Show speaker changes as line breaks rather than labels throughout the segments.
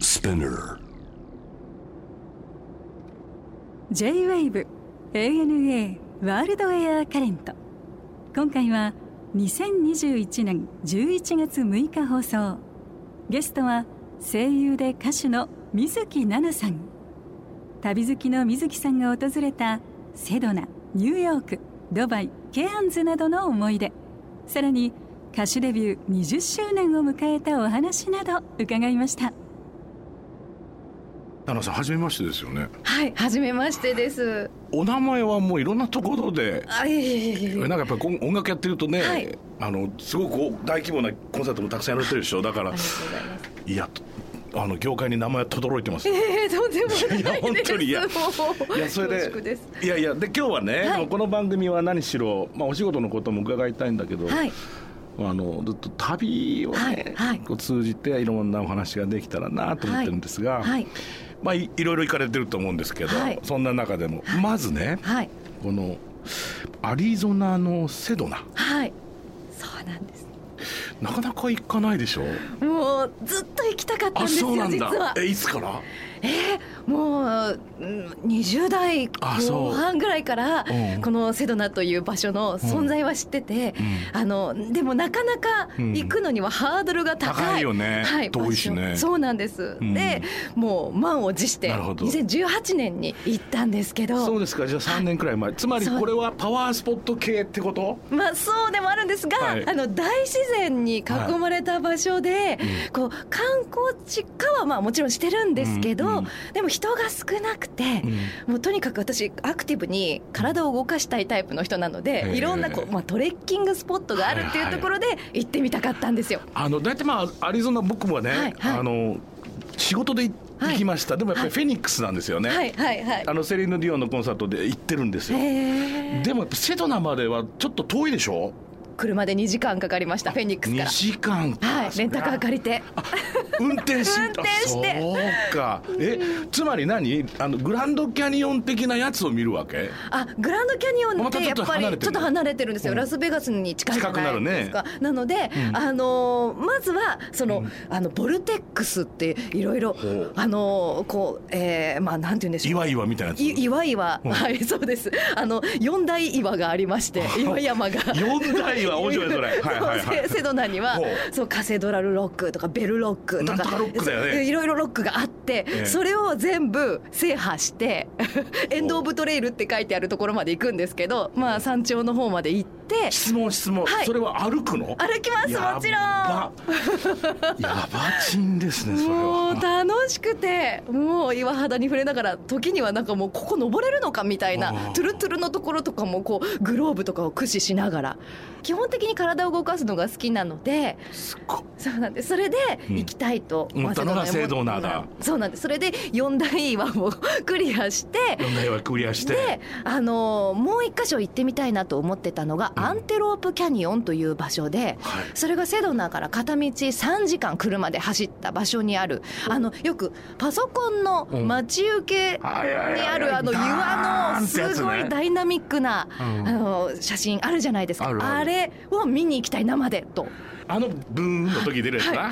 Spinner.
J-WAVE ANA ワールドエアカレント今回は2021年11月6日放送ゲストは声優で歌手の水木奈々さん旅好きの水木さんが訪れたセドナニューヨークドバイケアンズなどの思い出さらに歌手デビュー20周年を迎えたお話など伺いました
奈々さん初めましてですよね
はい、初めましてです。
お名前はもういろんなところで
あ、いえいえいえい
なん
え
かやっぱりこう音楽やってるとね、
はい
あのすごくこう大規模なコンサートもたくさんやられてるでしょだか
あ
ら
りがとうございます。
いやとあの業界に名前は轟いてます
ええとんでもないです。
いや本当にいや
もう
いやそれ
恐縮
で
です
いやいやで今日はね、
はい
この番組は何しろ、まあ、お仕事のことも伺いたいんだけど、
はい、
あのずっと旅をね、
はいはい
こう通じていろんなお話ができたらなと思ってるんですが、
はい、
まあ、いいろいろ行かれてると思うんですけど、
はい
そんな中でも、
はい
まずね
はい、
このアリゾナのセドナ
はい。そうなんです。
なかなか行かないでしょ
もうずっと行きたかったん
あ
です
そうな
よ、
ん
実
だ
は。
えいつから
もううん20代
あそう
後半ぐらいから
うん
このセドナという場所の存在は知ってて、あのでもなかなか行くのにはハードルが高い、
高いよね
はい、
遠いしね
場所そうなんです、
うん
でもう満を持して
なるほど
2018年に行ったんですけ
そう
ど
ですかじゃあ3年くらい前つまり
そう
これはパワースポット系ってこと
まあそうでもあるんですが、
はい
あの大自然に囲まれた場所で、
う
こう観光地化はまあもちろんしてるんですけど、
うんうん
でも人が少なくて。
うん
もうとにかく私アクティブに体を動かしたいタイプの人なの
へ
で
え
いろんなこう、まあ、トレッキングスポットがあるっていうところで行ってみたかったんですよ。
あの大体まあアリゾナ僕もね、
はいはい
あの仕事で行
はい
行きました、でもやっぱりフェニックスなんですよね、
はいはいはい
あのセリーヌ・ディオンのコンサートで行ってるんですよ、
へえ
でもやっぱセドナまではちょっと遠いでしょ
車で2時間かかりましたフェニックス
2
か。
時間から
はい、レンタカー借りて
運転し
運転して
あそうかえつまり何あのグランドキャニオン的なやつを見るわけ
あグランドキャニオン
ま
ったて
ちょ
や
っと
っぱ
離れ
り
てる
ちょっと離れてるんですよ、
うん
ラスベガスに近いじゃ
近くな
な
る
い
ね
ですかな,、ので、
うん
あのーまずはその,、
うん
あのボルテックスっていろいろ
ほう
あのーこう、えー、まあなんて言うんでしょう
いわいわみたいなやつ
い岩岩、
うん
はいそうですあの四大岩がありま して岩山が
四大岩面白いそ れはいはいはい
そうセセドナには
ほ
そうカセドラルロックとかベルロックと
なんとか
か
ロックだよね
そういろいろロックがあっ
え
て、
え
それを全部制覇して エンド・オブ・トレイルって書いてあるところまで行くんですけどまあ山頂の方まで行って
質問質問、
はい
それは歩くの
歩きますもちろん
んやばちんですねそれ
も
は
う楽しくてもう岩肌に触れながら時にはなんかもうここ登れるのかみたいな
あー
トゥルトゥルのところとかもこうグローブとかを駆使しながら基本的に体を動かすのが好きなのです
っご
そうなんですそれで
うん
行きたいと
思ったのが
セドナ
セドナ
へ
だ
そうなんですそれで四大 岩をクリアして
四大岩クリアして
であのーもう一箇所行ってみたいなと思ってたのが、
うん
アンテロープキャニオンという場所で、
はい
それがセドナから片道3時間車で走った場所にあるあのよくパソコンの待ち受け
はいはいはい
にあ
はい
るあの
ダ
岩
ーン
の
ってやつね
すごいダイナミックな
うん
あの写真あるじゃないですか
あるある
あれを見に行きたい生で と
あのブーンの時に出るやつな、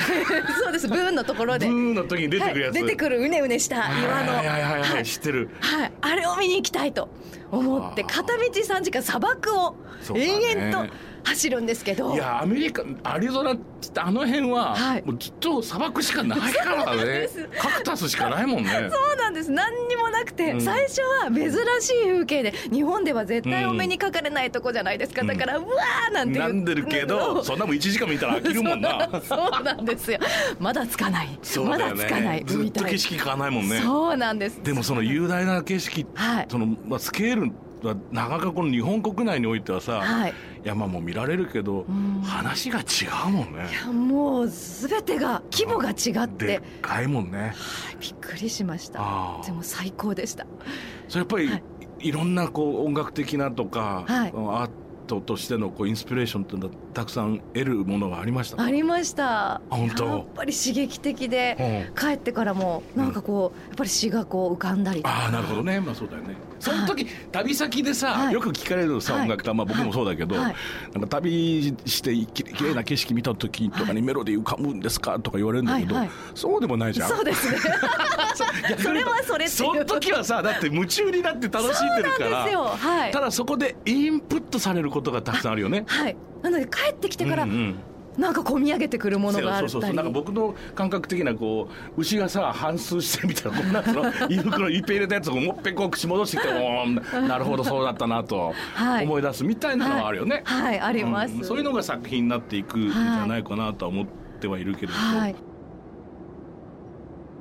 そうですブーンのところ
ブ
で
ーンの時に出てくるやつ、
はい出てくるうねうねした岩の
はいはいはいはい、
はい
知ってる
はい、あれを見に行きたいと思って
はあ
片道3時間砂漠を
そうだね
延々と走るんですけど、
いやアメリカアリゾナってあの辺は、
はい
もうずっと砂漠しかないからねカクタスしかないもんね
そうなんです何にもなくて、
うん
最初は珍しい風景で日本では絶対お目にかかれないとこじゃないですか、
うん
だからうわーなんて言う
なんでるけどそんなもん1時間見たら飽きるもんな
そうなんですよまだつかない、
そう
ま
だ
だ
よ
つかな
ね
い
ずっ
み
と
たい
景色変わらないもんね
そうなんです
でもその雄大な景色、
はい
その、まあ、スケールはなかなかこの日本国内においてはさ、
はい
山も見られるけど、
ん
話が違うもんね
いやもう全てが規模が違っ
でってかいもんね
びっくりしました
あー
でも最高でした
それやっぱり、、
はい
ろんなこう音楽的なとか、
はい
あトとしてのこうインスピレーションっていうのはたくさん得るものはありましたか
ありました
あ本当
やっぱり刺激的で
うん
帰ってからもなんかこう、やっぱり詩がこう浮かんだりとか
ああなるほどねまあそうだよねその時、旅先でさ、
はい
よく聞かれるさ、
はい
音楽とまあ僕もそうだけど、
はい
なんか旅してききれいな景色見た時とかにメロディー浮かぶんですかとか言われるんだけど、
はいはい
そうでもないじゃん
そうですね それはそれってい
そうの時はさだって夢中になって楽しんでる
そう
か
なん
ら
ですよはい
ただそこでインプットされることがたくさんあるよね。
はいなので帰ってきてから、
うんうん
なんかこみ上げてくるものがあったり
そうそうそうなんか僕の感覚的なこう牛がさ反芻してみたいなこんな その胃袋いっぺん入れたやつをもっぺんこう口戻してきておーななるほどそうだったなと
はい
思い出すみたいなのはあるよね。
はい、はいあります、
うんそういうのが作品になっていくんじゃないかなとは思ってはいるけれど、
はい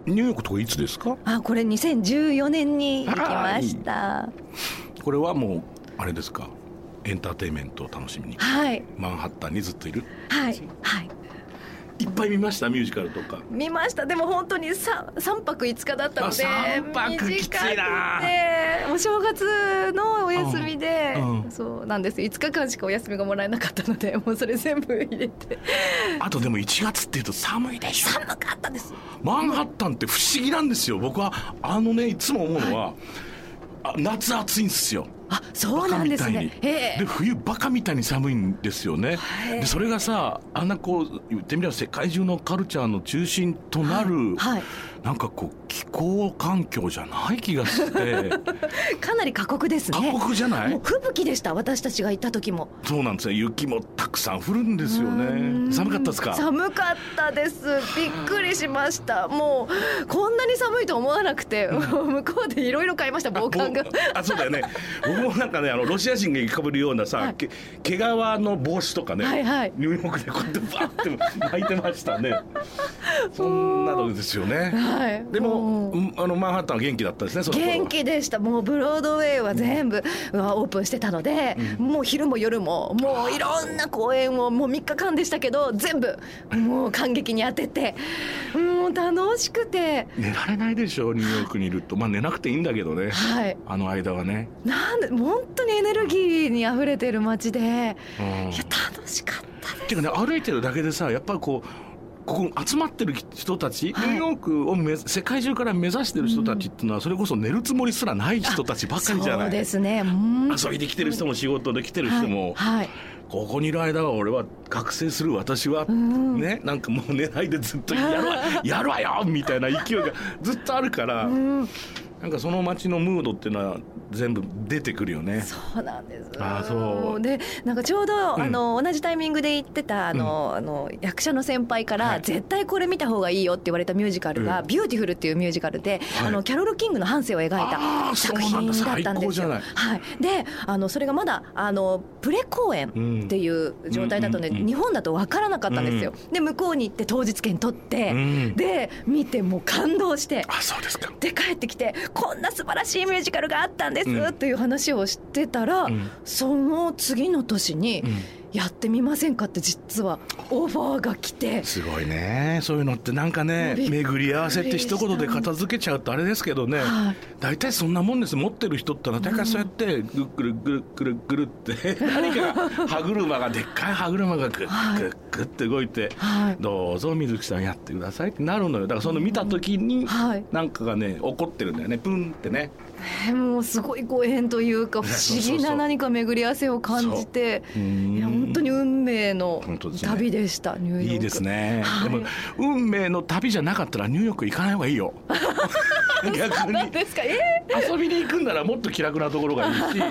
ニューヨークとかいつですか
あこれ2014年に行きました
これはもうあれですかエンターテインメントを楽しみに
はい
マンハッタンにずっといる
はいはい
いっぱい見ましたミュージカルとか
見ましたでも本当に三三泊五日だったので
あ三泊きついな
短くてお正月のお休みで、
うんうん
そうなんです5日間しかお休みがもらえなかったので もうそれ全部入れて
あとでも1月っていうと寒いでしょ
寒かったです
マンハッタンって不思議なんですよ僕はあのねいつも思うのは、あ夏暑いんですよ
あそ
バ
うな
カ
ん
み
です
たいに、
ねえ
で
え
冬バカみたいに寒いんですよね、
はい
でそれがさあんなこう言ってみれば世界中のカルチャーの中心となる、
はい
なんかこう気候環境じゃない気がして
かなり過酷ですね
過酷じゃない
もう吹雪でした私たちが行った時も
そうなんですよ雪もたくさん降るんですよ
う
ね
ん
寒かったですか
寒かったですびっくりしましたもうこんなに寒いと思わなくて、向こうでいろいろ買いました防寒が
ぼあそうだよね僕もなんかねあのロシア人がかぶるようなさ、
はい
け毛皮の帽子とかね、
はいはい
ニューヨークでこうやってバーって巻いてました ねそんなのですよね
はい
でも、
う
うんあのマンハッタンは元気だったですねその頃は
元気でしたもうブロードウェイは全部、うわオープンしてたので、もう昼も夜ももういろんな公演をもう3日間でしたけど全部もう感激に当ててもう楽しくて
寝られないでしょニューヨークにいるとまあ寝なくていいんだけどね
はい
あの間はね、
なんで本当にエネルギーにあふれてる街でいや
うん、
楽しかったです
っていうかね歩いてるだけでさやっぱりこうここ集まってる人たち、
はい
ニューヨークをめ世界中から目指してる人たちっていうのはそれこそ寝るつもりすらない人たちばっかりじゃな
そう
い
ですね。うん
遊びで来てる人も仕事で来てる人も、
はい。はい
ここにいる間は俺は覚醒する私は、
ん
ねなんかもう寝ないでずっとやるわやるわよみたいな勢いがずっとあるから、
うん、
なんかその街のムードっていうのは全部出てくるよね。
そうなんです。
あーそう
で、なんかちょうど、
うん
あの同じタイミングで行ってたあの、あの役者の先輩から、
はい
絶対これ見た方がいいよって言われたミュージカルが、
うん
ビューティフルっていうミュージカルで、
はい
あのキャロルキングの半生を描い
あー
た作品
そうなんだ
だった
最
ん
高
で
じ
す
ゃ
よ。
ない
はい。で、あのそれがまだあのプレ公演
うん
っていう状態だったので、
うんうんうん
日本だとわからなかったんですよ。で、向こうに行って当日券取って、
うん
で見てもう感動して。
あそうですか
で帰ってきてこんな素晴らしいミュージカルがあったんです、
うん
という話をしてたら、
うん
その次の年に
ん
やってみませんかって実はオファーが来て、
すごいねそういうのってなんかね
びっくりした
巡り合わせって一言で片付けちゃうとあれですけどね
はい
大体そんなもんです持ってる人ってのは大体そうやってぐっくるぐるぐるぐるって 何かが歯車がでっかい歯車がぐっ
はい
ぐっぐって動いて
はい
どうぞ水木さんやってくださいってなるのよだからその見た時に
はい
なんかがね怒ってるんだよねプンってね
えーもうすごいご縁というか
ね
不
そうそうそ
思
う
議な何か巡り合わせを感じて
ううん
いや本当に運命の
本当ですね
旅でしたニューヨーク
いいですね、
はい
でも運命の旅じゃなかったらニューヨーク行かない方がいい よ逆に
何ですかえ
遊びに行くんならもっと気楽なところがいいし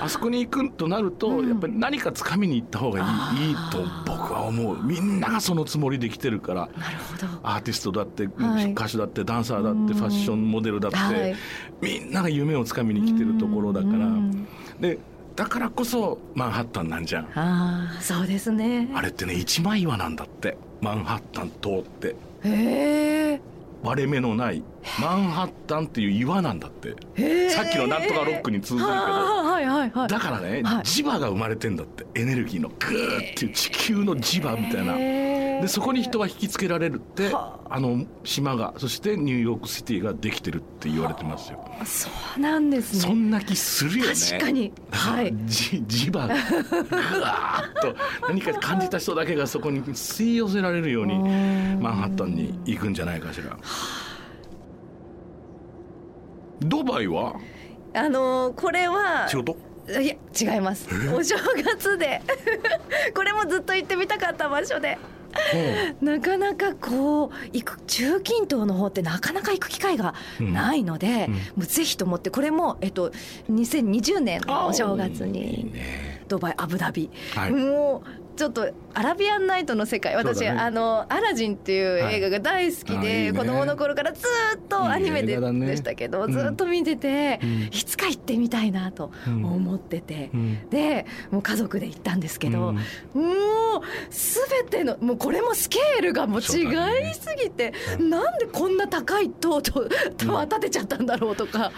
あそこに行くとなると、やっぱり何か掴みに行った方がいいいいと僕は思うみんながそのつもりで来てるから
ーなるほど
アーティストだって、
はい
歌手だってダンサーだって
うん
ファッションモデルだって、
はい
みんなが夢を掴みに来てるところだから
うん
でだからこそマンハッタンなんじゃん
ああそうですね
あれってね一枚岩なんだってマンハッタン島って
へえ
割れ目のないマンハッタンっていう岩なんだって
へー
さっきのなんとかロックに通ずるけど
はあはいはいはい
だからね、
はい
磁場が生まれてんだってエネルギーのグーっていう地球の磁場みたいな、
へへえ
でそこに人は引きつけられるって
は
あの島がそしてニューヨークシティができてるって言われてますよ
そうなんですね
そんな気するよね
確かにはい
じ磁場がぐわーっと何か感じた人だけがそこに吸い寄せられるようにマンハッタンに行くんじゃないかしらドバイは
あのーこれは
仕事
いや違いますお正月で これもずっと行ってみたかった場所でなかなかこう行く中近東の方ってなかなか行く機会がないので、
うんうん
もうぜひと思ってこれも、えっと、2020年のお正月
いい
に
ね
ドバイアブダビ、
はい
もうちょっとアラビアンナイトの世界
そうだ
私、
ね
あの「アラジン」っていう映画が大好き
はいあ
で、
いいね
子供の頃からずっとアニ
い
メ
い
で
映画だね
でしたけど
うん
ずっと見てて、
うん
いつか行ってみたいなと
うん
思ってて。
うん
でもう家族で行ったんですけど、
うん
もう全てのもうこれもスケールがもう
そう
違
だね
いすぎて、なんでこんな高い塔と塔は建てちゃったんだろうとか、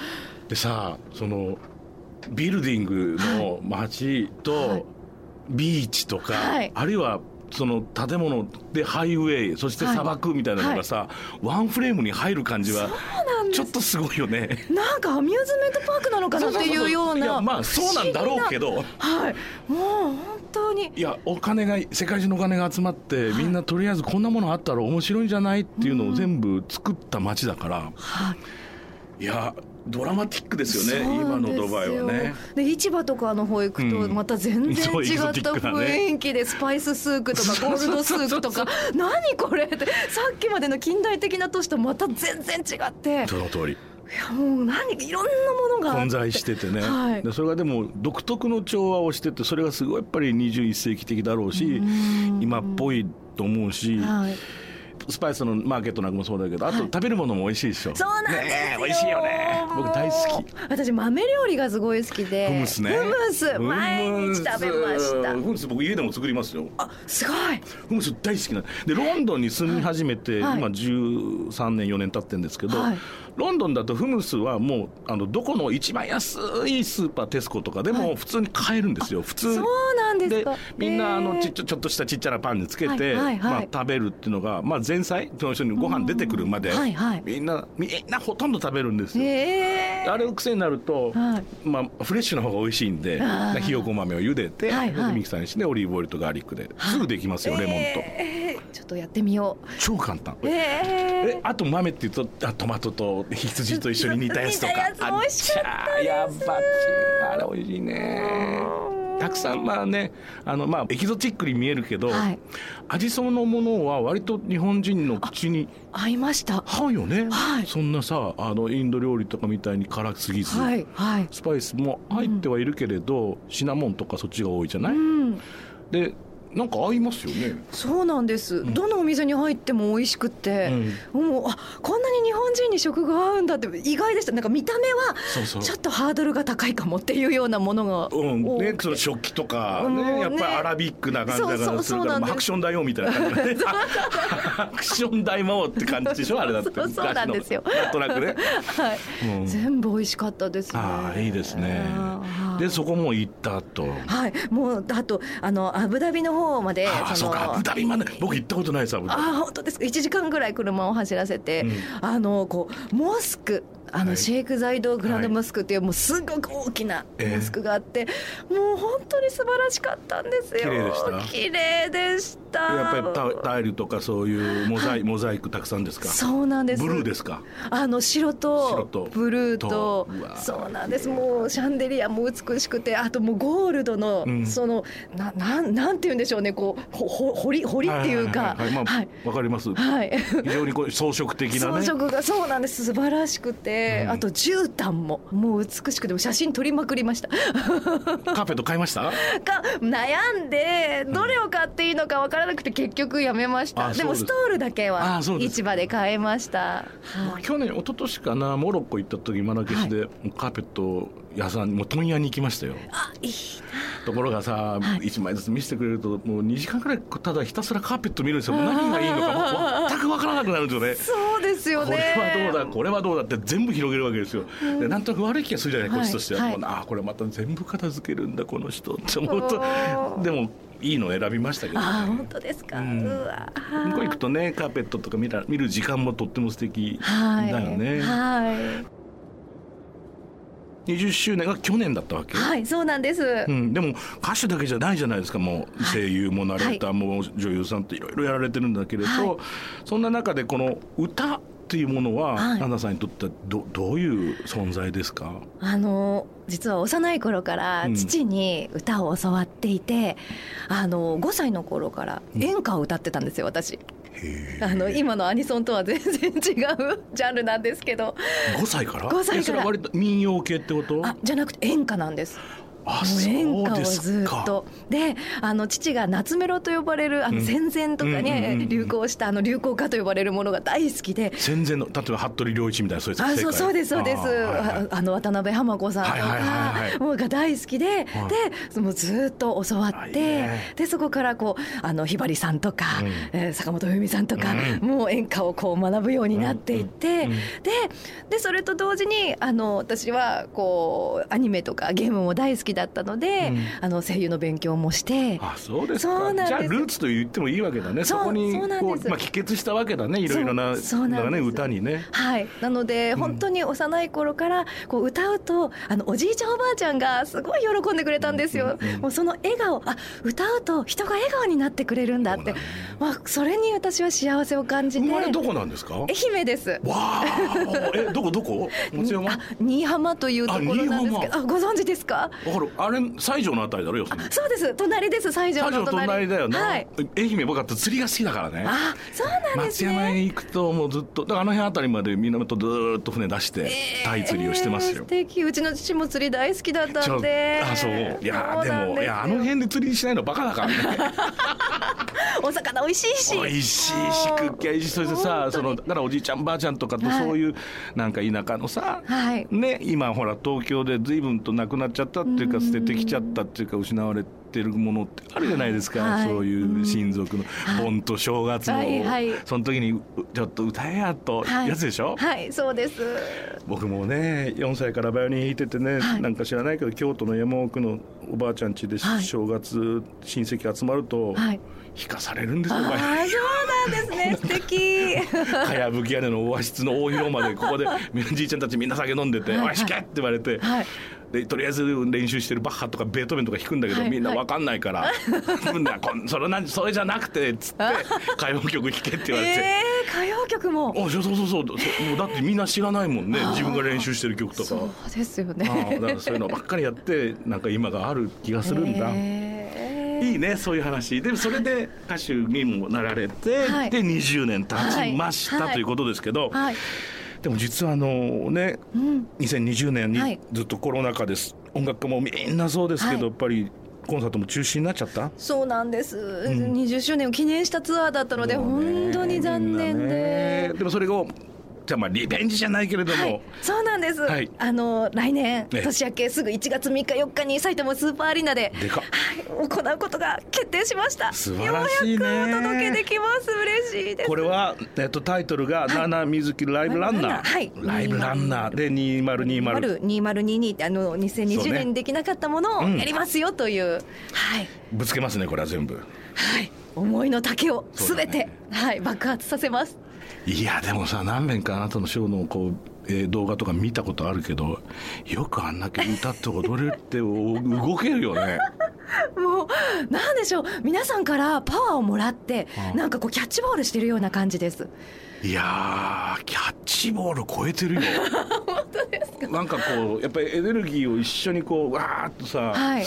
でさそのビルディングの街
は
と
い
ビーチとか、
はい
あるいはその建物でハイウェイそして
はい
砂漠みたいなのがさ、ワンフレームに入る感じはちょっとすごいよね。
なんかアミューズメントパークなのかなっていうよう
いや
な
まあそうなんだろうけど
ど、はい、もう本当に
いやお金が世界中のお金が集まってみんなとりあえずこんなものあったら面白いんじゃないっていうのを全部作った街だから、
は
い
い
やドラマティックですよね
そうな
今
んで
の
すよ
ドバイはね。
で市場とかの方行くと
うん
また全然
そう
違っ
エキゾ
た
チックなね
雰囲気でスパイススークとかゴールドスークとか何これってさっきまでの近代的な都市とまた全然違っていや
その通り
もう何いろんなものがあって
混在しててね、
はい
でそれがでも独特の調和をしててそれがすごいやっぱり21世紀的だろうし、
うん
今っぽいと思うし、
はい
スパイスのマーケットなんかもそうだけどあと
はい
食べるものも美味しいでしょ、
そうなんですよ、
ねえ美味しいよね僕大好き
私豆料理がすごい好きで
フムスね
フムス毎日食べました
フムス僕家でも作りますよ
あすごい
フムス大好きなんでロンドンに住み始めて、
はい
今13年4年経ってるんですけど、
はい
ロンドンだとフムスはもうあのどこの一番安いスーパーテスコとかで
は
も
い
普通に買えるんですよ、普通に
そうなんです
で
か
みんなあ
へ
の
え
ちっちゃちょっとしたちっちゃなパンにつけて、
はいはいはい
まあ、食べるっていうのが、まあ、前菜その人にご飯出てくるまで、
うんはいはい
みんなみんなほとんど食べるんですよ。
へえ
あれを癖になると、
はい
まあ、フレッシュの方が美味しいんで
あー
ひよこ豆を茹でて、
はいは
で
い
ミキサーにしてオリーブオイルとガーリックですぐできますよ、レモンと。
えーちょっとやってみよう
超簡単
え
えあと豆って言うとあトマトと羊と一緒に煮たやつとか
煮たやつ美味し
あ
かったです
んちゃーやばっちあれ美味しいねたくさんまあねあのまあエキゾチックに見えるけど、
はい
味そのものは割と日本人の口に
会いました
合うよね、
はい
そんなさあのインド料理とかみたいに辛すぎず、
はいはい
スパイスも入ってはいるけれど、シナモンとかそっちが多いじゃない、
うん
でなんか合いますよね
そうなんです、どのお店に入っても美味しくって、もうあこんなに日本人に食が合うんだって意外でしたなんか見た目は
そうそう
ちょっとハードルが高いかもっていうようなものが
うん
多く
ね
て、
その食器とか、
うんね
ね、やっぱりアラビックな感じだ
そ
か
うそう
らする
そう
か
な
ら
んで
まあ
す
アクション大王みたいな感じでね アクション大魔王って感じでしょあれだって
そうそうなんですよ
昔のなんとなくね、
はい
うん
全部美味しかったですね
ああいいですね
はい
でそこも行ったと
はいもうあとあのアブダビの方まで
ああ
そ
そう
の
かアブダビまで僕行ったことないですアブダビ
あー本当ですか1時間ぐらい車を走らせて、
うん
あのこうモスクあの
はい
シェイクザイドグランドモスクっていうもうすごく大きな
ええ
モスクがあって、もう本当に素晴らしかったんですよ
綺麗でした
綺麗でした
やっぱりタタイルとかそういうモザイモザイクたくさんですか
そうなんです
ブルーですか
あの白と
白と
ブルーと
とうわ
そうなんですもうシャンデリアも美しくてあともうゴールドの、
うん
そのななんなんて言うんでしょうねこうほほ堀堀っていうか
ははははまあ
はい
わかります
はい
非常にこう装飾的なね
装飾がそうなんです素晴らしくて、
うん
あと絨毯ももう美しくて写真撮りまくりました
カーペット買いました
が悩んでどれを買っていいのかわからなくて結局やめました、
あ
でも
そ
ス
うで
ト
す
ールだけは
あそうです
市場で買いました、はい
去年一昨年かなモロッコ行った時マラケシュで、カーペット屋さんもう問屋に行きましたよ
あいい
ところがさ、一1枚ずつ見せてくれるともう2時間くらいただひたすらカーペット見るんで すよもう何がいいのかもう全く分からなくなるんですよね。
そうですよ
これ
ね
はどうだこれはどうだって全部広げるわけですよ、でなんとなく悪い気がするじゃないこっちとしては、
はい
もうああこれまた全部片付けるんだこの人って思う
お
と
ー
でもいいの選びましたけど
あ本当ですか、う
うん
わ
向こう行くとねカーペットとか見ら見る時間もとっても素敵
は
だ
い
よね、
は
20周年が去年だったわけ
い、はい、そうなんです、
うん、でも歌手だけじゃないじゃないですかもう声優もナレーターも女優さんっていろいろやられてるんだけれど、
はい
そんな中でこの歌っていうものは
はい
奈々、さんにとってはどどういう存在ですか
あの実は幼い頃から
うん
父に歌を教わっていて、あの5歳の頃から演歌を歌ってたんですよ私
へえ
あの今のアニソンとは全然違う ジャンルなんですけど
5歳から
5歳から
えそれは割と民謡系ってこと
あじゃなくて演歌なんです
あ
もう演歌をず
そう
っ
で
とであの父が夏メロと呼ばれるあの
うん
戦前とか
うんうんうんう
ね
ん
流行したあの流行歌と呼ばれるものが大好きです
か戦前の例えば服部良一みたいなそういう世
あ
界
そうそうですそうですあ,、
あーはいはい
の渡辺浜子さんとか、
はいはいはいはい
もうが大好きで、でもうずっと教わ
あい
っ
い
て、
ね
でそこからこうあのひばりさんとか、
うん
えー坂本冬美さんとか、
う
もう演歌をこう学ぶようになっていって、
うんうんうん
ででそれと同時にあの私はこうアニメとかゲームも大好きだったので、
うん
あの声優の勉強もして。
あそうですか
そうなんです
じゃあルーツと言ってもいいわけだね
そ
そうこに
そうなん
こ
です
う、まあ、帰結したわけだねいろいろな
そうそうなんです
ね歌にね
はい、なので本当に幼い頃からこう歌うとあのおじいちゃんおばあちゃんがすごい喜んでくれたんですよ
うんうんうん
もうその笑顔あ歌うと人が笑顔になってくれるんだって
そうだね
まあ、それに私は幸せを感じ
生
て
まれど
愛
こなんですか
媛です
わあ、え、どこどこ？松山？
あ
わか
新居浜というところなんですけど
あ
あご存知ですか
る。あれ西条のあたりだろ、要するに。
そうです隣です西条
西条
の
の
隣
隣だよな。
はい、
愛媛僕だって釣りが好きだからね。
あそうなんです
松山
ね
へ行くともうずっとだからあの辺あたりまで港ずーっと船出してタイ釣りをしてます
えー素
よ。
敵うちの父も釣り大好きだった
ちょ
んで
あそういや
そう
で
なんす
も
よ
いやあの辺で釣りしないのバカだからね
お魚美味しいし
美味しいし食っきゃいいしそれでさ
本当
そ
に
のだからおじいちゃんばあちゃんとかと
はい
そういうなんか田舎のさ
はい
ね、今ほら東京で随分となくなっちゃったっていうか捨ててきちゃったっていうか失われてるものってあるじゃないですか、
はい
そういう親族の盆と正月も、
はいはい
その時にうちょっと歌えやと
はい
やつでしょ、
はいそうです
僕もね4歳からバイオリン弾いててね、
はい
なんか知らないけど京都の山奥のおばあちゃん家で
はい
正月親戚集まると
はい
弾かされるんです
あ
よ、
あ
バイオリン
そうなんで すね素敵
かやぶき屋根の和室の大広間でここでじいちゃんたちみんな酒飲んでて「
はい
おい弾け!」って言われて、
はい
でとりあえず練習してるバッハとかベートーベンとか弾くんだけど、
はい
みんなわかんないから 「みんなこんそれなんそれじゃなくて」っつって歌謡曲弾けって
え
言われて。
えー、歌謡曲も
あそうそうそうそうそうもうだってみんな知らないもんね自分が練習してる曲とか
そうですよ
ああだか
ね
らそういうのばっかりやってなんか今がある気がするんだ、
えー
いいねそういう話でそれで歌手にもなられて、
はい
で20年経ちました、
はいはい
ということですけど、
はい
でも実はあのね
うん
2020年
は
に
い
ずっとコロナ禍です、音楽家もみんなそうですけど、
はい
やっぱりコンサートも中止になっちゃった
そうなんです、
ん
20周年を記念したツアーだったので、
もうね
本当に残
み
念
んなね
で、
でもそれをじゃあまあリベンジじゃないけれども、
はい、そうなんです、
はい
あの来年
ええ
年明けすぐ1月3日4日に埼玉スーパーアリーナで
でかっ
はい、行うことが決定しました
素晴らしいね
ようやくお届けできます嬉しいです
これは、えっと、タイトルが「ナナミズキライブランナー」
はい
ライブランナー」で2020
2022ってあの
そう
2020
ね
年にできなかったものを
うん
やりますよというはい
ぶつけますねこれは全部
はい思いの丈を
そうだ
全
ね
て、はい爆発させます
いやでもさ何年かあなたのショーのこう、えー動画とか見たことあるけどよくあんだけ歌って踊れてお動けるよね
もうなんでしょう皆さんからパワーをもらって、
うん
なんかこうキャッチボールしてるような感じです
いやーキャッチボール超えてるよ
本当ですか
なんかこうやっぱりエネルギーを一緒にこうわーっとさ、
はい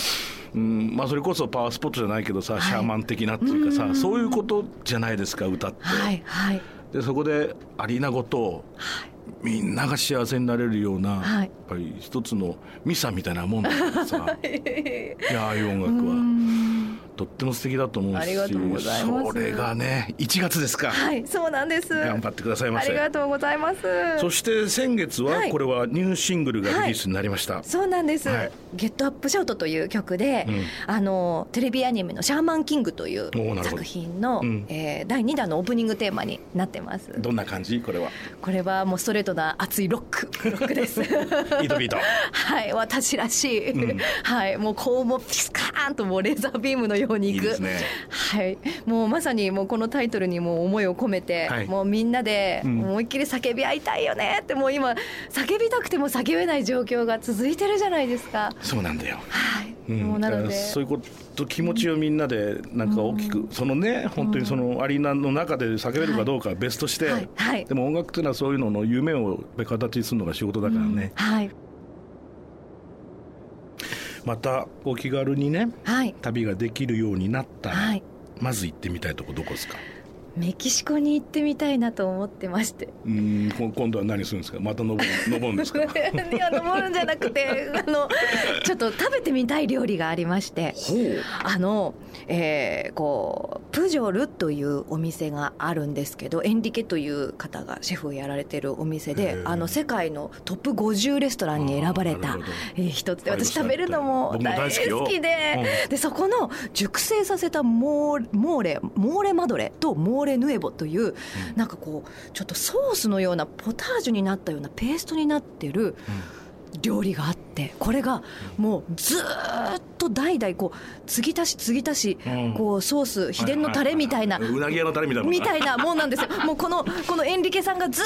うんまあ、それこそパワースポットじゃないけどさ、
い
シャーマン的なっていうかさそういうことじゃないですか歌って、
はいはい
でそこでアリーナごと
はい
みんなが幸せになれるような、
はい
やっぱり 一つのミサみたいなもんだからさいやああいう音楽
う
は。
ん
とっても素敵だと思うし
ありがとうございます
それがね1月ですか、
はい、そうなんです。
頑張ってくださいま
あ
せ
りがとうございます。
そして先月は
はい
これはニューシングルがリリースになりました、
そうなんです、
はい
ゲットアップシャウトという曲で、
うん
あのテレビアニメの「シャーマンキング」という
おーなるほど
作品の、
うん
えー第2弾のオープニングテーマになってます
どんな感じこれは
これはもうストレートな熱いロックロックです
ビートビー ト
はい私らしい、
うん
はいもうこうもピスカーンともうレーザービームのようにい
いい
く
ですね
はい、もうまさにもうこのタイトルにもう思いを込めて、
はい
もうみんなで
うん
思いっきり叫び合いたいよねってもう今叫びたくても叫べない状況が続いてるじゃないですか。
そうなんだよ
はい、
うん
もうなの
だか
で
らそういうこと気持ちをみんなでなんか大きく、そのね本当にそのアリーナの中で叫べるかどうかは別として、
はいはい
でも音楽っていうのはそういうのの夢を形にするのが仕事だからね、
はい
またお気軽にね
はい
旅ができるようになったら、
はい
まず行ってみたいとこどこですか
メキシコに行ってみたいなと思ってまして。
うーんこ今度は何するんですかまた登る登るんです か
いや登るんじゃなくてあのちょっと食べてみたい料理がありまして
ほう
あの、えーこうプジョルというお店があるんですけどエンリケという方がシェフをやられてるお店
へ
で
ー
あの世界のトップ50レストランに選ばれ
あーな
た
るほど
えー一つで
ファイブ
私食べるのも
スター
大
って僕も大好
好
きよ
きで,、でそこの熟成させたモーモーレモーレマドレとモーレヌエボという、なんかこうちょっとソースのようなポタージュになったようなペーストになってる、料理があってこれがもうずーっと代々こう継ぎ足し継ぎ足し、
うん
こうソース秘伝のタレみたいな。
うなぎ屋のタレみたいな
みたいなもんなんです よもうこのこのエンリケさんがず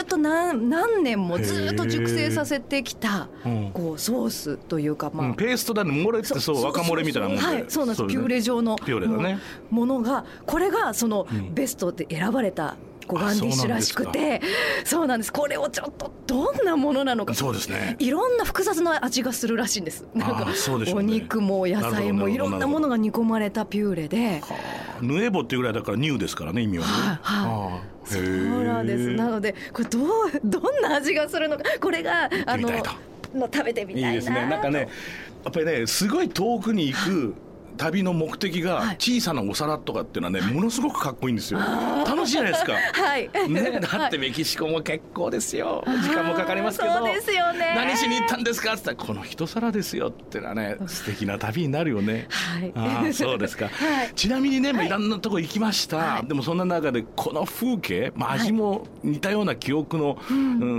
ーっと何何年もずーっと熟成させてきた
うん
こうソースというかまあ、
うんペーストだね漏れってそう若漏れみたいなもんで
はいそうなんです、ピューレ状の
ピューレだね
ものがこれがその
うん
ベストで選ばれたこう
あ
ガンディッシュらしくてそうなんですこれをちょっとどんなものなのか
そうですね
いろんな複雑な味がするらしいんです。なん
あ
か
ーそうでしょう
お
ね
肉も野菜も
なるほど
いろんなものが煮込まれたピューレで。
ヌエボっていうぐらいだからニューですからね意味はね
はいは
ああ
そ
へ
う
え
なんです。なのでこれどうどんな味がするのかこれがあ
み
の
たいと
の食べてみたいな。
いいですねなんかねやっぱりねすごい遠くに行く旅の目的
は
が
い
小さなお皿とかっていうのはねものすごくかっこいいんですよ楽しいじゃないですか
はい。
ね、だってメキシコも結構ですよ時間もかかりますけど
あーそうですよね
何しに行ったんですかって言ったらこの一皿ですよってのはね素敵な旅になるよね。
はい
あーそうですか、
はい
ちなみにね、まあいろんなとこ行きました、
はい
でもそんな中でこの風景、まあ、
はい
味も似たような記憶の、う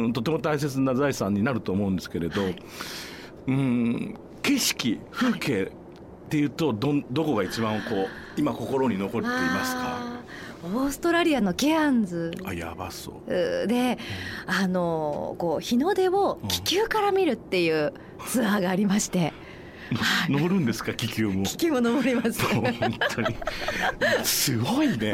ん、とても大切な財産になると思うんですけれど、うん景色風景っていうとどんどこが一番こう今心に残っていますか
あーオーストラリアのケアンズ
あやばそう
で、あのこう日の出を気球から見るっていうツアーがありまして、
乗るんですか気球も
気球も登ります。
本当にすごいね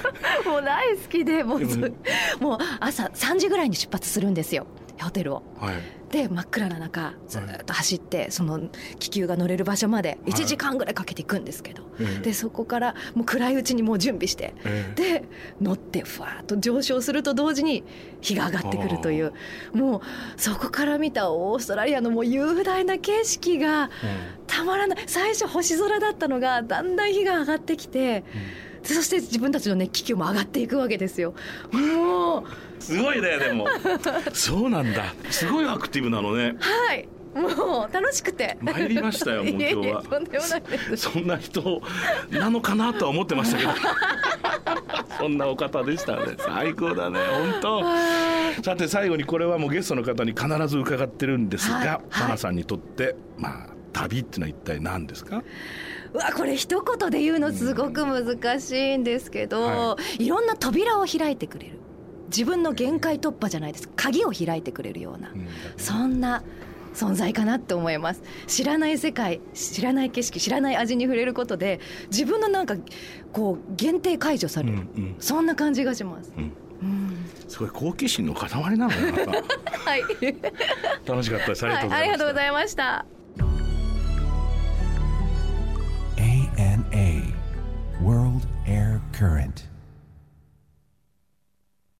もう大好きでもうそ
うん
もう朝3時ぐらいに出発するんですよホテルを。
はい
で真っ暗な中ずーっと走ってその気球が乗れる場所まで
い
1時間ぐらいかけていくんですけど、
ええ
でそこからもう暗いうちにもう準備して。
ええ
で乗ってふわーっと上昇すると同時に日が上がってくるというもうそこから見たオーストラリアのもう雄大な景色がたまらない最初星空だったのがだんだん日が上がってきてでそして自分たちのね気球も上がっていくわけですよもう
すごいねでも そうなんだすごいアクティブなのね
はいもう楽しくて
参りましたよもう今日はい
えいえとんでもないです
そんな人なのかなとは思ってましたけど そんなお方でしたね最高だね本当さて最後にこれはもうゲストの方に必ず伺ってるんですが、
はいはい
マナさんにとってまあ旅ってのは一体何ですか
うわこれ一言で言うのすごく難しいんですけど、、
うんはい
ろんな扉を開いてくれる自分の限界突破じゃないです鍵を開いてくれるような、
うん
そんな存在かなって思います知らない世界知らない景色知らない味に触れることで自分のなんかこう限定解除さ
うん
れる、
うん
そんな感じがします、
うん
うん
すごい好奇心の塊なのよあなた
はい、
楽しかったですありがとう
はい、
ござ
あ
いま
り
した
がとうございました